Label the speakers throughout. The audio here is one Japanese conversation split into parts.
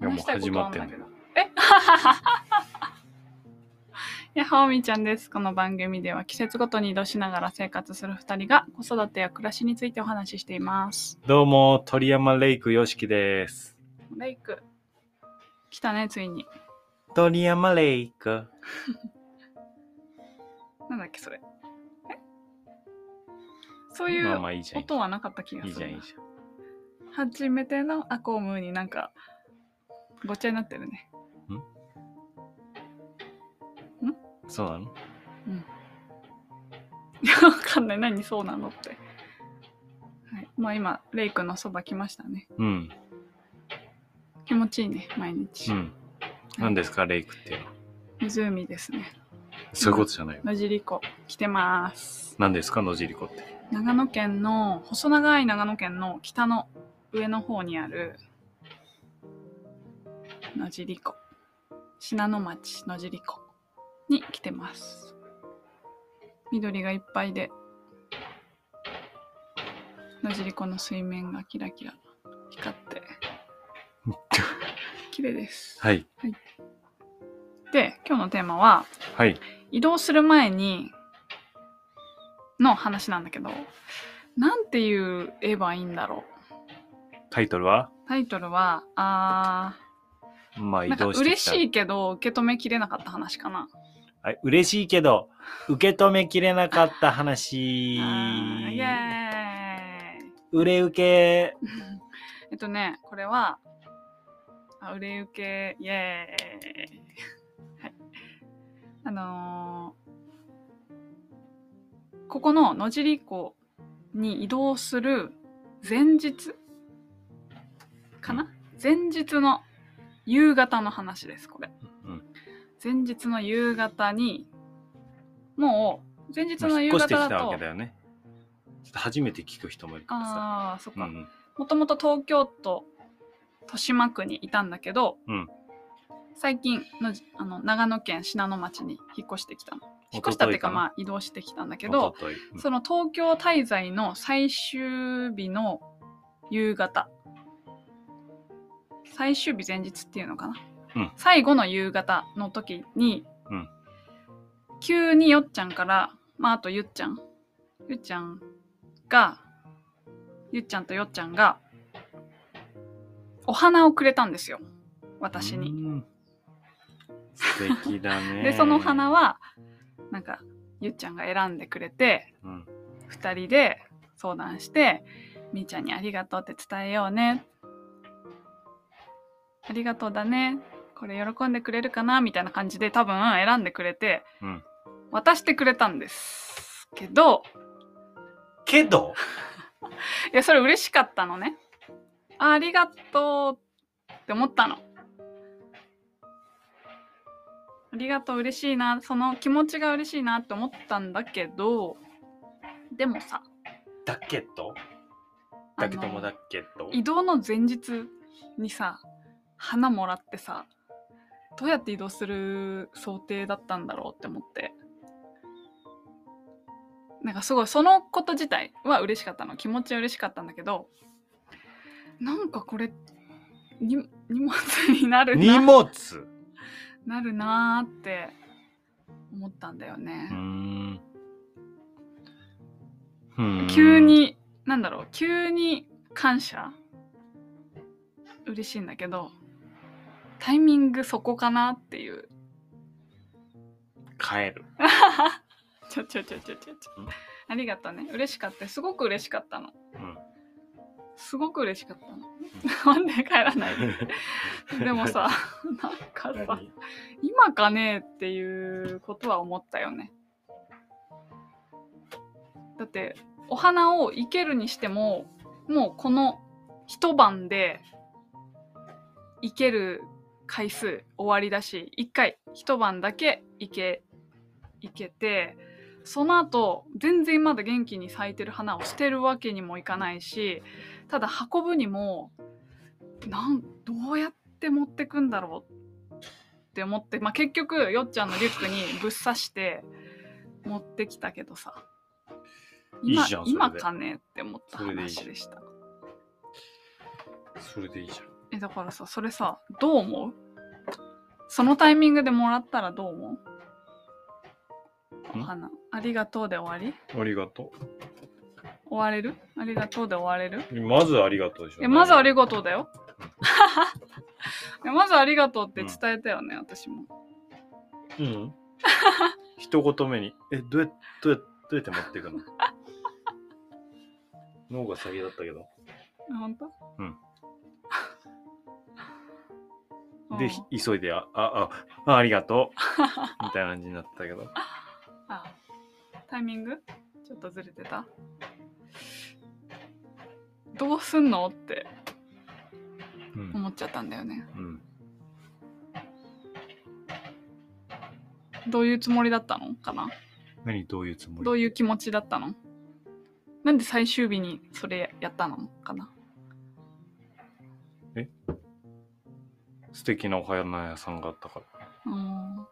Speaker 1: やもう
Speaker 2: 話したいこ
Speaker 1: 始
Speaker 2: と
Speaker 1: ま
Speaker 2: あ
Speaker 1: ってん
Speaker 2: るん
Speaker 1: だ
Speaker 2: だけ
Speaker 1: けど
Speaker 2: ど。え やほーみちゃんです。この番組では季節ごとに移動しながら生活する2人が子育てや暮らしについてお話ししています。
Speaker 1: どうも鳥山レイクよしきです
Speaker 2: レイク、来たね、ついに。
Speaker 1: 鳥山レイク
Speaker 2: なんだっけ、それ。えそうい
Speaker 1: まあ
Speaker 2: う
Speaker 1: まあいいじゃんいい
Speaker 2: 音はなかった気がする。
Speaker 1: じゃんいいじゃん
Speaker 2: 初めてのアコームーになんかごっちゃになってるね。
Speaker 1: そうなの
Speaker 2: うん。いやわかんない。何そうなのって。はい。まあ今、レイ君のそば来ましたね。
Speaker 1: うん
Speaker 2: 気持ちいいね、毎日。
Speaker 1: うん何ですかレイクっていうのは
Speaker 2: 湖ですね。
Speaker 1: そういうことじゃないよ
Speaker 2: 野尻湖、来てます。
Speaker 1: 何ですか野尻湖って
Speaker 2: 長野県の、細長い長野県の北の上の方にある、野尻湖。信濃町野尻湖に来てます。緑がいっぱいで、野尻湖の水面がキラキラ光って、綺麗です。
Speaker 1: はい
Speaker 2: で、今日のテーマは、
Speaker 1: はい
Speaker 2: 移動する前にの話なんだけど、なんて言えばいいんだろ
Speaker 1: タイトルは
Speaker 2: う。タイトルは、あ
Speaker 1: まあ
Speaker 2: ー、
Speaker 1: 移
Speaker 2: なんか
Speaker 1: 動して
Speaker 2: 嬉
Speaker 1: き
Speaker 2: したいけど受け止めきれなかった話かな。
Speaker 1: はい嬉しいけど受け止めきれなかった話
Speaker 2: あーイエーイ。
Speaker 1: 売れ受け
Speaker 2: えっとね、これは、あ、売れ受け、イエーイ。 はい。あのーここの野尻湖に移動する前日かな、前日の夕方の話です、これ。
Speaker 1: うん
Speaker 2: 前日の夕方に、もう、前日の
Speaker 1: 引
Speaker 2: 夕
Speaker 1: っ
Speaker 2: 方
Speaker 1: 越してき
Speaker 2: だ
Speaker 1: たわ
Speaker 2: と
Speaker 1: けだ、よねちょっと初めて聞く人もいるからさ
Speaker 2: ああ、そっ
Speaker 1: う
Speaker 2: か。
Speaker 1: ん
Speaker 2: もともと東京都豊島区にいたんだけど、
Speaker 1: うん
Speaker 2: 最近のあの長野県信濃町に引っ越してきたの
Speaker 1: 一
Speaker 2: 引っ越
Speaker 1: 昨日
Speaker 2: したっていうか
Speaker 1: かな
Speaker 2: まあ移動してきたんだけ
Speaker 1: け
Speaker 2: ど、その東京滞在の最終日の夕方最終日前日っていうのかな、
Speaker 1: うん
Speaker 2: 最後の夕方の時に、
Speaker 1: うん
Speaker 2: 急によっちゃんから、まあ、あとゆっちゃんゆっちゃんがゆっちゃんとよっちゃんがお花をくれたんですよ私に。
Speaker 1: うん素敵だね
Speaker 2: でその花、はなんかゆっちゃんが選んでくれて
Speaker 1: うん
Speaker 2: 2人で相談して「みーちゃんにありがとうって伝えようね」「ありがとうだね」これ喜んでくれるかなみたいな感じで多分選んでくれて
Speaker 1: うん、
Speaker 2: 渡してくれたんですけど
Speaker 1: けど
Speaker 2: いやそれ嬉しかったのねあありがとうって思ったのありがとう嬉しいなその気持ちが嬉しいなって思ったんだけどでもさ
Speaker 1: だけど
Speaker 2: あの
Speaker 1: だけどもだけど
Speaker 2: 移動の前日にさ花もらってさどうやって移動する想定だったんだろうって思ってなんかすごいそのこと自体は嬉しかったの気持ちは嬉しかったんだけどなんかこれに荷物になる
Speaker 1: 荷
Speaker 2: な
Speaker 1: 物
Speaker 2: なるなーって思ったんだよね。
Speaker 1: んうーん
Speaker 2: 急になんだろう急に感謝嬉しいんだけどタイミングそこかなっていう
Speaker 1: 帰る
Speaker 2: ちょちょちょちょちょちょ
Speaker 1: ん
Speaker 2: ありがとうね嬉しかったすごく嬉しかったの
Speaker 1: うん
Speaker 2: すごく嬉しかったのなんで帰らない でもさなんかさ
Speaker 1: 何
Speaker 2: 今かねえっていうことは思ったよねだってお花を生けるにしてももうこの一晩で生ける回数終わりだし一回一晩だけ生け生けてその後全然まだ元気に咲いてる花を捨てるわけにもいかないしただ運ぶにもなんどうやって持ってくんだろうって思って、まあ、結局よっちゃんのリュックにぶっ刺して持ってきたけどさ今
Speaker 1: いいじゃんそれで
Speaker 2: 今かねって思った
Speaker 1: それでいいじゃ
Speaker 2: 話
Speaker 1: ん
Speaker 2: でした
Speaker 1: それでいいじゃん
Speaker 2: えだからさそれさどう思うそのタイミングでもらったらどう思うんお花ありがとうで終わり
Speaker 1: ありがと
Speaker 2: 終われるありがとうで終われる
Speaker 1: う。まずありがとうでしょ。
Speaker 2: えまずあり
Speaker 1: と
Speaker 2: がとうだよいや まずありがとうって伝えたよね、私も
Speaker 1: う。うん。一言目に、え、どうやって、どうやどうやって持っていくの脳が先だったけど。
Speaker 2: え本当
Speaker 1: うん
Speaker 2: うん
Speaker 1: で、ひ急いで、あ、あ、あ、あありがと う。みたいな感じになったけど。
Speaker 2: あタイミングちょっとずれてたどうすんのって
Speaker 1: うん。
Speaker 2: 思っちゃったんだよね
Speaker 1: うん。
Speaker 2: どういうつもりだったのかな
Speaker 1: 何どういうつもり
Speaker 2: どういう気持ちだったのなんで最終日にそれやったのかな
Speaker 1: 素敵なお花屋さんがあったから。
Speaker 2: うーん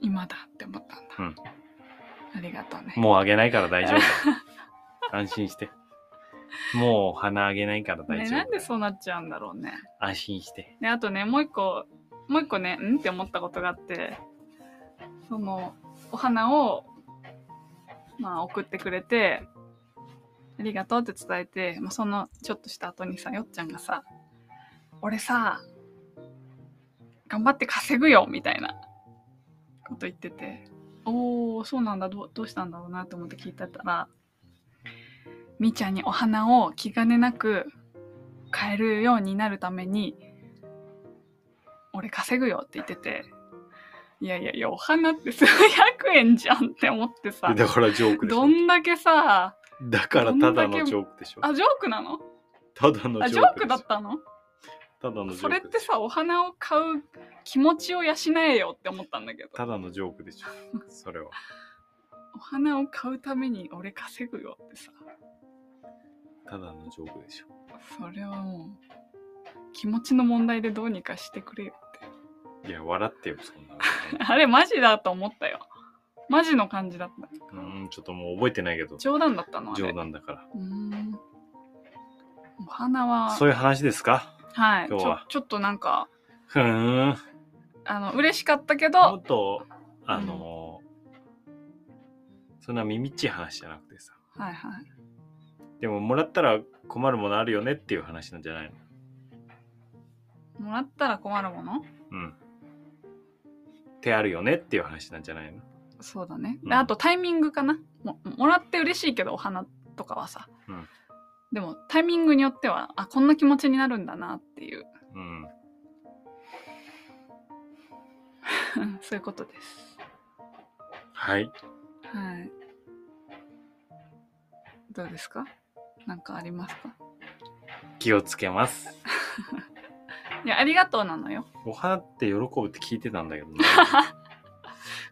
Speaker 2: 今だって思ったんだ、
Speaker 1: うん
Speaker 2: ありがとうね
Speaker 1: もうあげないから大丈 夫。安心して。もう花あげないから大
Speaker 2: ね、
Speaker 1: 丈
Speaker 2: なんで
Speaker 1: 夫。
Speaker 2: そうなっちゃうんだろうね。
Speaker 1: 安心して。
Speaker 2: であとねもう一個もう一個ねんって思ったことがあってそのお花を、まあ、送ってくれてありがとうって伝えて、まあ、そのちょっとした後にさよっちゃんがさ「俺さ頑張って稼ぐよ」みたいなこと言ってて「おおそうなんだどうどうしたんだろうな」と思って聞いてたら「みーちゃんにお花を気兼ねなく買えるようになるために俺稼ぐよって言ってて、いやいやいや、お花って数百円じゃんって思ってさ、
Speaker 1: だからジョークでし
Speaker 2: ど
Speaker 1: ょ。
Speaker 2: んだけさ、
Speaker 1: だからただのジョークでしょ。
Speaker 2: あ、ジョークなの
Speaker 1: ただの
Speaker 2: あ、
Speaker 1: ジ
Speaker 2: ジ
Speaker 1: ョ
Speaker 2: ョ
Speaker 1: ー
Speaker 2: ーク
Speaker 1: クで
Speaker 2: だ
Speaker 1: しょ
Speaker 2: っ。たの
Speaker 1: ただのジョ
Speaker 2: それっ
Speaker 1: ークで
Speaker 2: て
Speaker 1: し
Speaker 2: さ、
Speaker 1: ょ。
Speaker 2: お花を買う気持ちを養えよって思ったんだけど、
Speaker 1: ただのジョークでしょ。それは。
Speaker 2: お花を買うために俺稼ぐよってさ、
Speaker 1: ただのジョークでしょ。
Speaker 2: それはもう、気持ちの問題でどうにかしてくれよって。
Speaker 1: いや、笑ってよ、そんな
Speaker 2: あれ、マジだと思ったよ。マジの感じだった。
Speaker 1: の。うん、ちょっともう覚えてないけど。
Speaker 2: 冗談だったのあれ
Speaker 1: 冗談だか
Speaker 2: うーんお花は
Speaker 1: ら。そういう話ですか
Speaker 2: はい
Speaker 1: 今日は
Speaker 2: ちょちょっとなんか
Speaker 1: ふーん。
Speaker 2: あの嬉しかったけ
Speaker 1: も
Speaker 2: ど
Speaker 1: っと、あのー、そんな耳っちい話じゃなくてさ。
Speaker 2: はいはい
Speaker 1: でも、もらったら困るものあるよねっていう話なんじゃないの
Speaker 2: もらったら困るもの
Speaker 1: うん。手あるよねっていう話なんじゃないの
Speaker 2: そうだね、で
Speaker 1: うん
Speaker 2: あとタイミングかなももらって嬉しいけどお花とかはさ、
Speaker 1: うん
Speaker 2: でもタイミングによってはあこんな気持ちになるんだなっていう
Speaker 1: うん。
Speaker 2: そういうことです
Speaker 1: はい。
Speaker 2: はいどうですかなんかありますか
Speaker 1: 気をつけ ます。
Speaker 2: いやありがとうなのよ
Speaker 1: お花って喜ぶって聞いてたんだ けどね。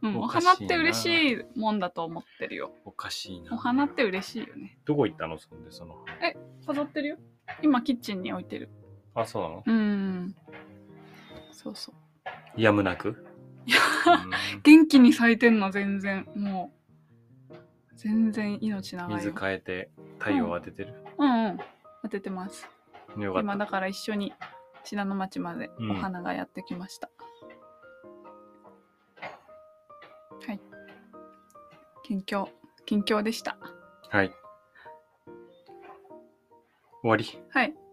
Speaker 2: うん、お
Speaker 1: おかしいな
Speaker 2: 花って嬉しいもんだと思ってるよ。
Speaker 1: おかしいな。
Speaker 2: お花って嬉しいよね。
Speaker 1: どこ行ったのそんで、その。
Speaker 2: 飾ってるよ。今、キッチンに置いてる。
Speaker 1: あ、そうなの
Speaker 2: うん。そうそう。
Speaker 1: やむな く
Speaker 2: いや
Speaker 1: う
Speaker 2: 元気に咲いてんの、全然。もう、全然命長
Speaker 1: ん
Speaker 2: いよ。
Speaker 1: 水変えて太陽を当ててる。
Speaker 2: うんうん。当ててます。
Speaker 1: よか
Speaker 2: 今、
Speaker 1: った。
Speaker 2: だから一緒に信濃町まで
Speaker 1: うん
Speaker 2: お花がやってきました。はい。近況、近況でした。
Speaker 1: はい。終わり。
Speaker 2: はい。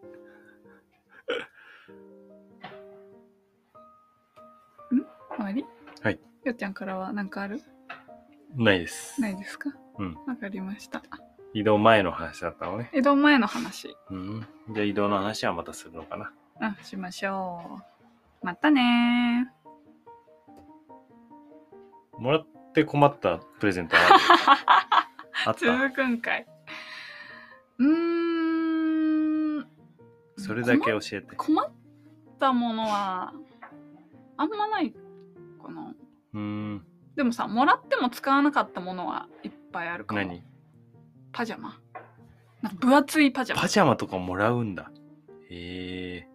Speaker 2: ん終わり
Speaker 1: はい。
Speaker 2: よっちゃんからは何かある
Speaker 1: ないです。
Speaker 2: ないですか
Speaker 1: うん。
Speaker 2: わかりました。
Speaker 1: 移動前の話だったのね。
Speaker 2: 江戸前の話。
Speaker 1: うん。じゃあ移動の話はまたするのかな。
Speaker 2: あ、しましょう。またねー。
Speaker 1: もらって困ったプレゼン トあるあっ
Speaker 2: 続くんかい。うーん。
Speaker 1: たそれだけ教えて。
Speaker 2: 困ったものは、あんまないかな。
Speaker 1: うん。
Speaker 2: でもさ、もらっても使わなかったものはいっぱいあるかも。
Speaker 1: 何
Speaker 2: パジャマ。なんか分厚いパジャマ。
Speaker 1: パジャマとかもらうんだ。へえ。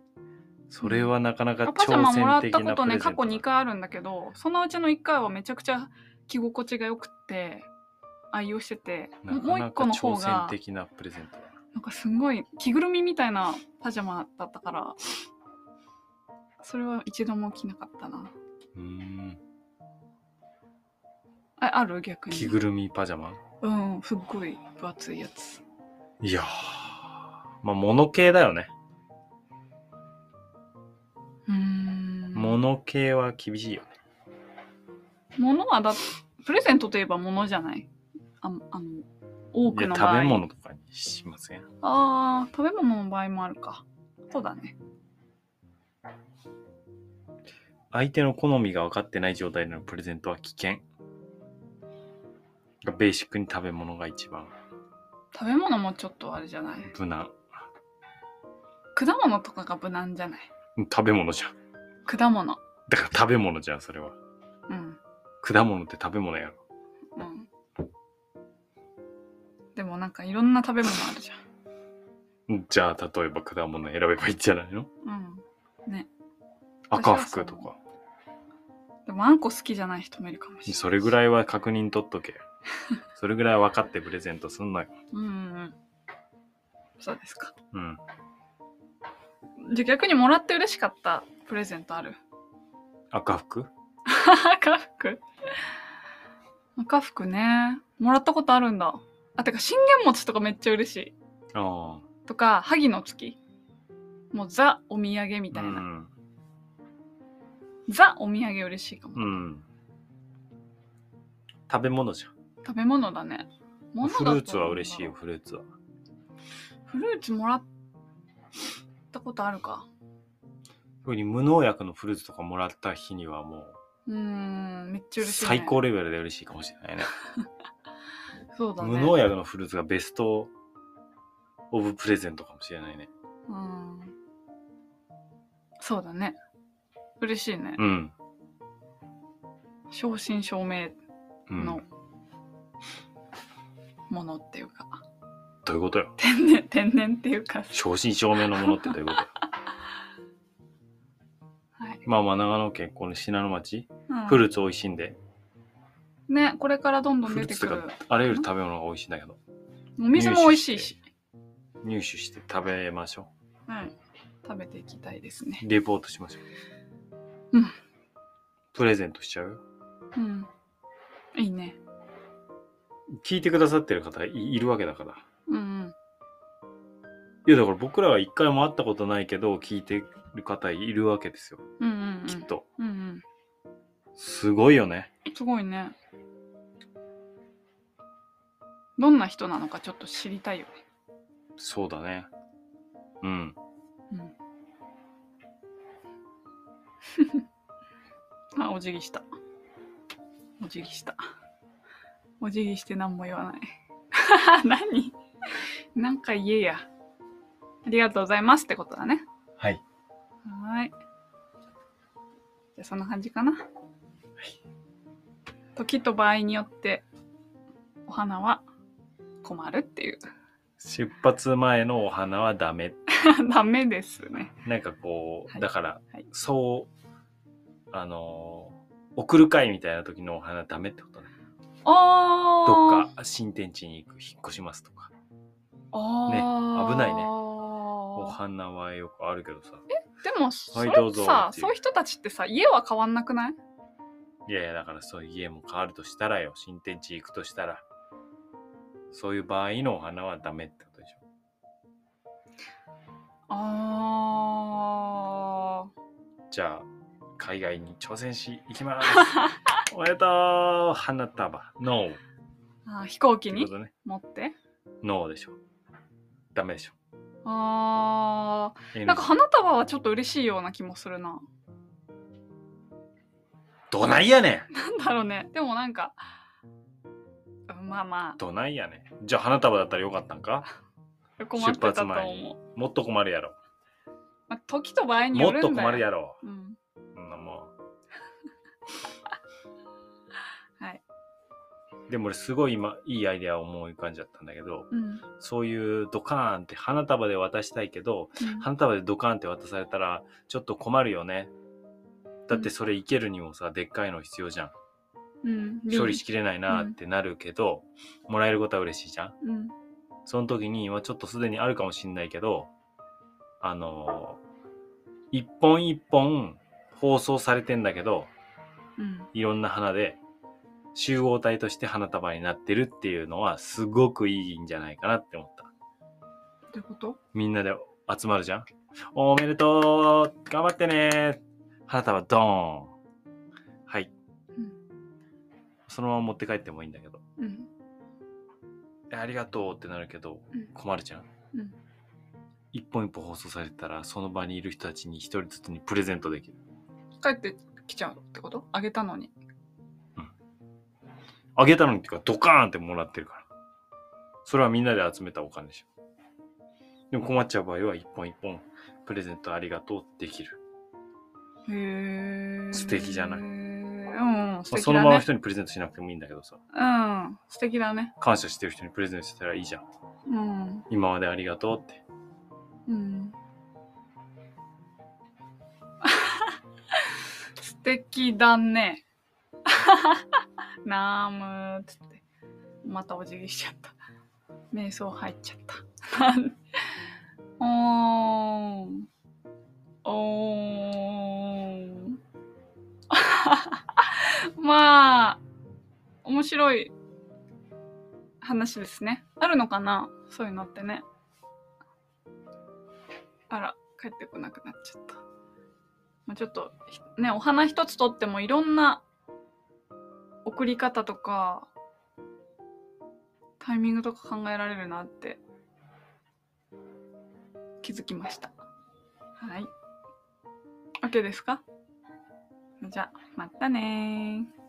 Speaker 1: それはなかなか
Speaker 2: あ
Speaker 1: 挑
Speaker 2: パジャマもら
Speaker 1: 戦
Speaker 2: っ
Speaker 1: 的
Speaker 2: たこ
Speaker 1: な
Speaker 2: と
Speaker 1: プ
Speaker 2: ね、
Speaker 1: レゼントだ。
Speaker 2: 過去2回あるんだけど、そのうちの1回はめちゃくちゃ着心地が良くて、愛用してて、
Speaker 1: な
Speaker 2: もう
Speaker 1: かな
Speaker 2: 1
Speaker 1: か
Speaker 2: 個の方
Speaker 1: 挑戦
Speaker 2: が、
Speaker 1: 的なプレゼントだな。
Speaker 2: なんかすごい着ぐるみみたいなパジャマだったからそれは一度も着なかったな
Speaker 1: うん。
Speaker 2: あある逆に
Speaker 1: 着ぐるみパジャマ
Speaker 2: うんすっごい分厚いやつ
Speaker 1: いやー。まあ、モノ系だよね。
Speaker 2: うーん
Speaker 1: モノ系は厳しいよね。
Speaker 2: 物はだプレゼントといえば物じゃないああの多
Speaker 1: い
Speaker 2: く
Speaker 1: や
Speaker 2: の場
Speaker 1: 食
Speaker 2: 合
Speaker 1: べ物とかにしません。
Speaker 2: あー食べ物の場合もあるかそうだね
Speaker 1: 相手の好みが分かってない状態でのプレゼントは危険。ベーシックに食べ物が一番
Speaker 2: 食べ物もちょっとあれじゃない
Speaker 1: 無難。
Speaker 2: 果物とかが無難じゃない
Speaker 1: 食べ物じゃん。
Speaker 2: 果物
Speaker 1: だから食べ物じゃん、それは。
Speaker 2: うん
Speaker 1: 果物って食べ物やろ。
Speaker 2: うんでもなんかいろんな食べ物あるじゃん
Speaker 1: じゃあ、例えば果物選べばいいんじゃないの
Speaker 2: うん
Speaker 1: 赤服とか。
Speaker 2: でもあんこ好きじゃない人もいるかもしれない
Speaker 1: それぐ
Speaker 2: い
Speaker 1: らいは確認取っとけ。それぐらい分かってプレゼントすんなよ。
Speaker 2: うんうんうんそうですか
Speaker 1: うん。
Speaker 2: じゃあ逆にもらって嬉しかったプレゼントある
Speaker 1: 赤服
Speaker 2: 赤服赤服ねもらったことあるんだあてか信玄餅とかめっちゃ嬉しい
Speaker 1: ああ。
Speaker 2: とか萩の月もうザお土産み
Speaker 1: う
Speaker 2: たいな、
Speaker 1: ん。
Speaker 2: ザお土産嬉しいかも、
Speaker 1: うん。食べ物じゃん。
Speaker 2: 食べ物だね物だ
Speaker 1: フ
Speaker 2: と
Speaker 1: ルーツは嬉しいよ、フルーツは。
Speaker 2: フルーツもらったことあるか
Speaker 1: 特に無農薬のフルーツとかもらった日にはも
Speaker 2: う
Speaker 1: う
Speaker 2: ーんめっちゃ嬉しい、ね、
Speaker 1: 最高レベルで嬉しいかもしれないね。
Speaker 2: そうだね
Speaker 1: 無農薬のフルーツがベストオブプレゼントかもしれないね。
Speaker 2: うんそうだね嬉しいね、
Speaker 1: うん。
Speaker 2: 正真正銘
Speaker 1: うん、
Speaker 2: のものっていうか、
Speaker 1: どういうことよ。
Speaker 2: 天然天然っていうか
Speaker 1: 正真正銘のものってどういうことよ
Speaker 2: はい、
Speaker 1: まあまあ長野県この信濃町、
Speaker 2: うん
Speaker 1: フルーツ美味しいんで、
Speaker 2: ねこれからどんどん
Speaker 1: フ
Speaker 2: 出
Speaker 1: ルー
Speaker 2: て
Speaker 1: ツ
Speaker 2: く
Speaker 1: と
Speaker 2: る
Speaker 1: かあらゆる食べ物が美味しいんだけど、
Speaker 2: お水も美味しいし
Speaker 1: 入手して食べましょ
Speaker 2: うん、食べていきたいですね
Speaker 1: う。レポートしましょう。
Speaker 2: うん。
Speaker 1: プレゼントしちゃうよ
Speaker 2: うんいいね
Speaker 1: 聞いてくださってる方いいるわけだから。
Speaker 2: うんうん
Speaker 1: いやだから僕らは一回も会ったことないけど聞いてる方いるわけですよ、
Speaker 2: うんうん
Speaker 1: きっと。
Speaker 2: うんうん
Speaker 1: すごいよね。
Speaker 2: うんすごいねどんな人なのかちょっと知りたいよね
Speaker 1: そうだね。うん。
Speaker 2: あ、お辞儀した。お辞儀した。お辞儀して何も言わない。 何なんか言えや。ありがとうございますってことだね。
Speaker 1: はい。
Speaker 2: はーい。じゃあそんな感じかな。時と場合によって、お花は困るっていう。
Speaker 1: 出発前のお花はダメ。
Speaker 2: ダメですね。
Speaker 1: なんかこう、
Speaker 2: はい
Speaker 1: だから、
Speaker 2: はい
Speaker 1: そう、あのー送る会みたいな時のお花はダメってことね。
Speaker 2: あー
Speaker 1: どっか新天地に行く、引っ越しますとか。
Speaker 2: あー
Speaker 1: ね危ないねお花はよくあるけどさ。
Speaker 2: でも、それ
Speaker 1: どうぞ
Speaker 2: さ
Speaker 1: ってい
Speaker 2: そ
Speaker 1: う
Speaker 2: ういう人たちってさ家は変わんなくない
Speaker 1: いやいや、だからそういう家も変わるとしたらよ、新天地行くとしたら、そういう場合のお花はダメってことでしょ。
Speaker 2: あ
Speaker 1: じゃあ、海外に挑戦し、行 きます。おめでとう花束。ノー。
Speaker 2: ーあー飛行機
Speaker 1: って
Speaker 2: に
Speaker 1: ことね。
Speaker 2: 持って
Speaker 1: ノーでしょ。ダメでしょ。
Speaker 2: あ
Speaker 1: NG
Speaker 2: ーなんか花束はちょっと嬉しいような気もするな
Speaker 1: どないやねん
Speaker 2: なんだろうねでもなんかうんまあま
Speaker 1: どないやねんじゃあ花束だったらよかったんか
Speaker 2: あ困ってたと
Speaker 1: 出発前
Speaker 2: 思
Speaker 1: に
Speaker 2: う、
Speaker 1: もっと困るやろ。
Speaker 2: まあ、時と場合に
Speaker 1: も
Speaker 2: よ
Speaker 1: っ
Speaker 2: るんだ
Speaker 1: と
Speaker 2: よ
Speaker 1: 困るやろ。
Speaker 2: うん、
Speaker 1: そんなもう。
Speaker 2: はい。
Speaker 1: でも俺すごい今、いいアイデアを思い浮かんじゃったんだけど、
Speaker 2: うんうん
Speaker 1: そういうドカーンって花束で渡したいけど、花束でドカーンって渡されたらちょっと困るよねだってそれいけるにもさでっかいの必要じゃん
Speaker 2: うん、
Speaker 1: 処理しきれないなってなるけど、もらえることは嬉しいじゃん
Speaker 2: うん
Speaker 1: その時に、まあ、ちょっとすでにあるかもしんないけど、あのー一本一本放送されてんだけど、
Speaker 2: うん
Speaker 1: いろんな花で集合体として花束になってるっていうのはすごくいいんじゃないかなって思った。
Speaker 2: ってこと
Speaker 1: みんなで集まるじゃん。おめでとう頑張ってね花束ドーンはい。
Speaker 2: うん
Speaker 1: そのまま持って帰ってもいいんだけど。
Speaker 2: うん
Speaker 1: えありがとうってなるけど
Speaker 2: うん
Speaker 1: 困るじゃん。
Speaker 2: うん
Speaker 1: 一本一本放送されてたらその場にいる人たちに一人ずつにプレゼントできる。
Speaker 2: 帰ってきちゃうってことあげたのに
Speaker 1: あげたのにっていうかドカーンってもらってるから。それはみんなで集めたお金でしょ。でも困っちゃう場合は一本一本プレゼントありがとうできる。
Speaker 2: へー
Speaker 1: 素敵じゃない
Speaker 2: うんうん素
Speaker 1: まあ
Speaker 2: 敵
Speaker 1: そ
Speaker 2: だ、ね
Speaker 1: のまま人にプレゼントしなくてもいいんだけどさ。
Speaker 2: うん素敵だね
Speaker 1: 感謝してる人にプレゼントしてたらいいじゃん。
Speaker 2: うん
Speaker 1: 今までありがとうって。
Speaker 2: うん。素敵だね。ナームーつって。またお辞儀しちゃった。瞑想入っちゃった。 なんおーん。おーん。 まあ、面白い話ですね。あるのかなそういうのってね。あら、帰ってこなくなっちゃった。まあ、ちょっと、ひね、お花一つとってもいろんな送り方とか、タイミングとか考えられるなって気づきました。はい。OK ですかじゃあ、またねー。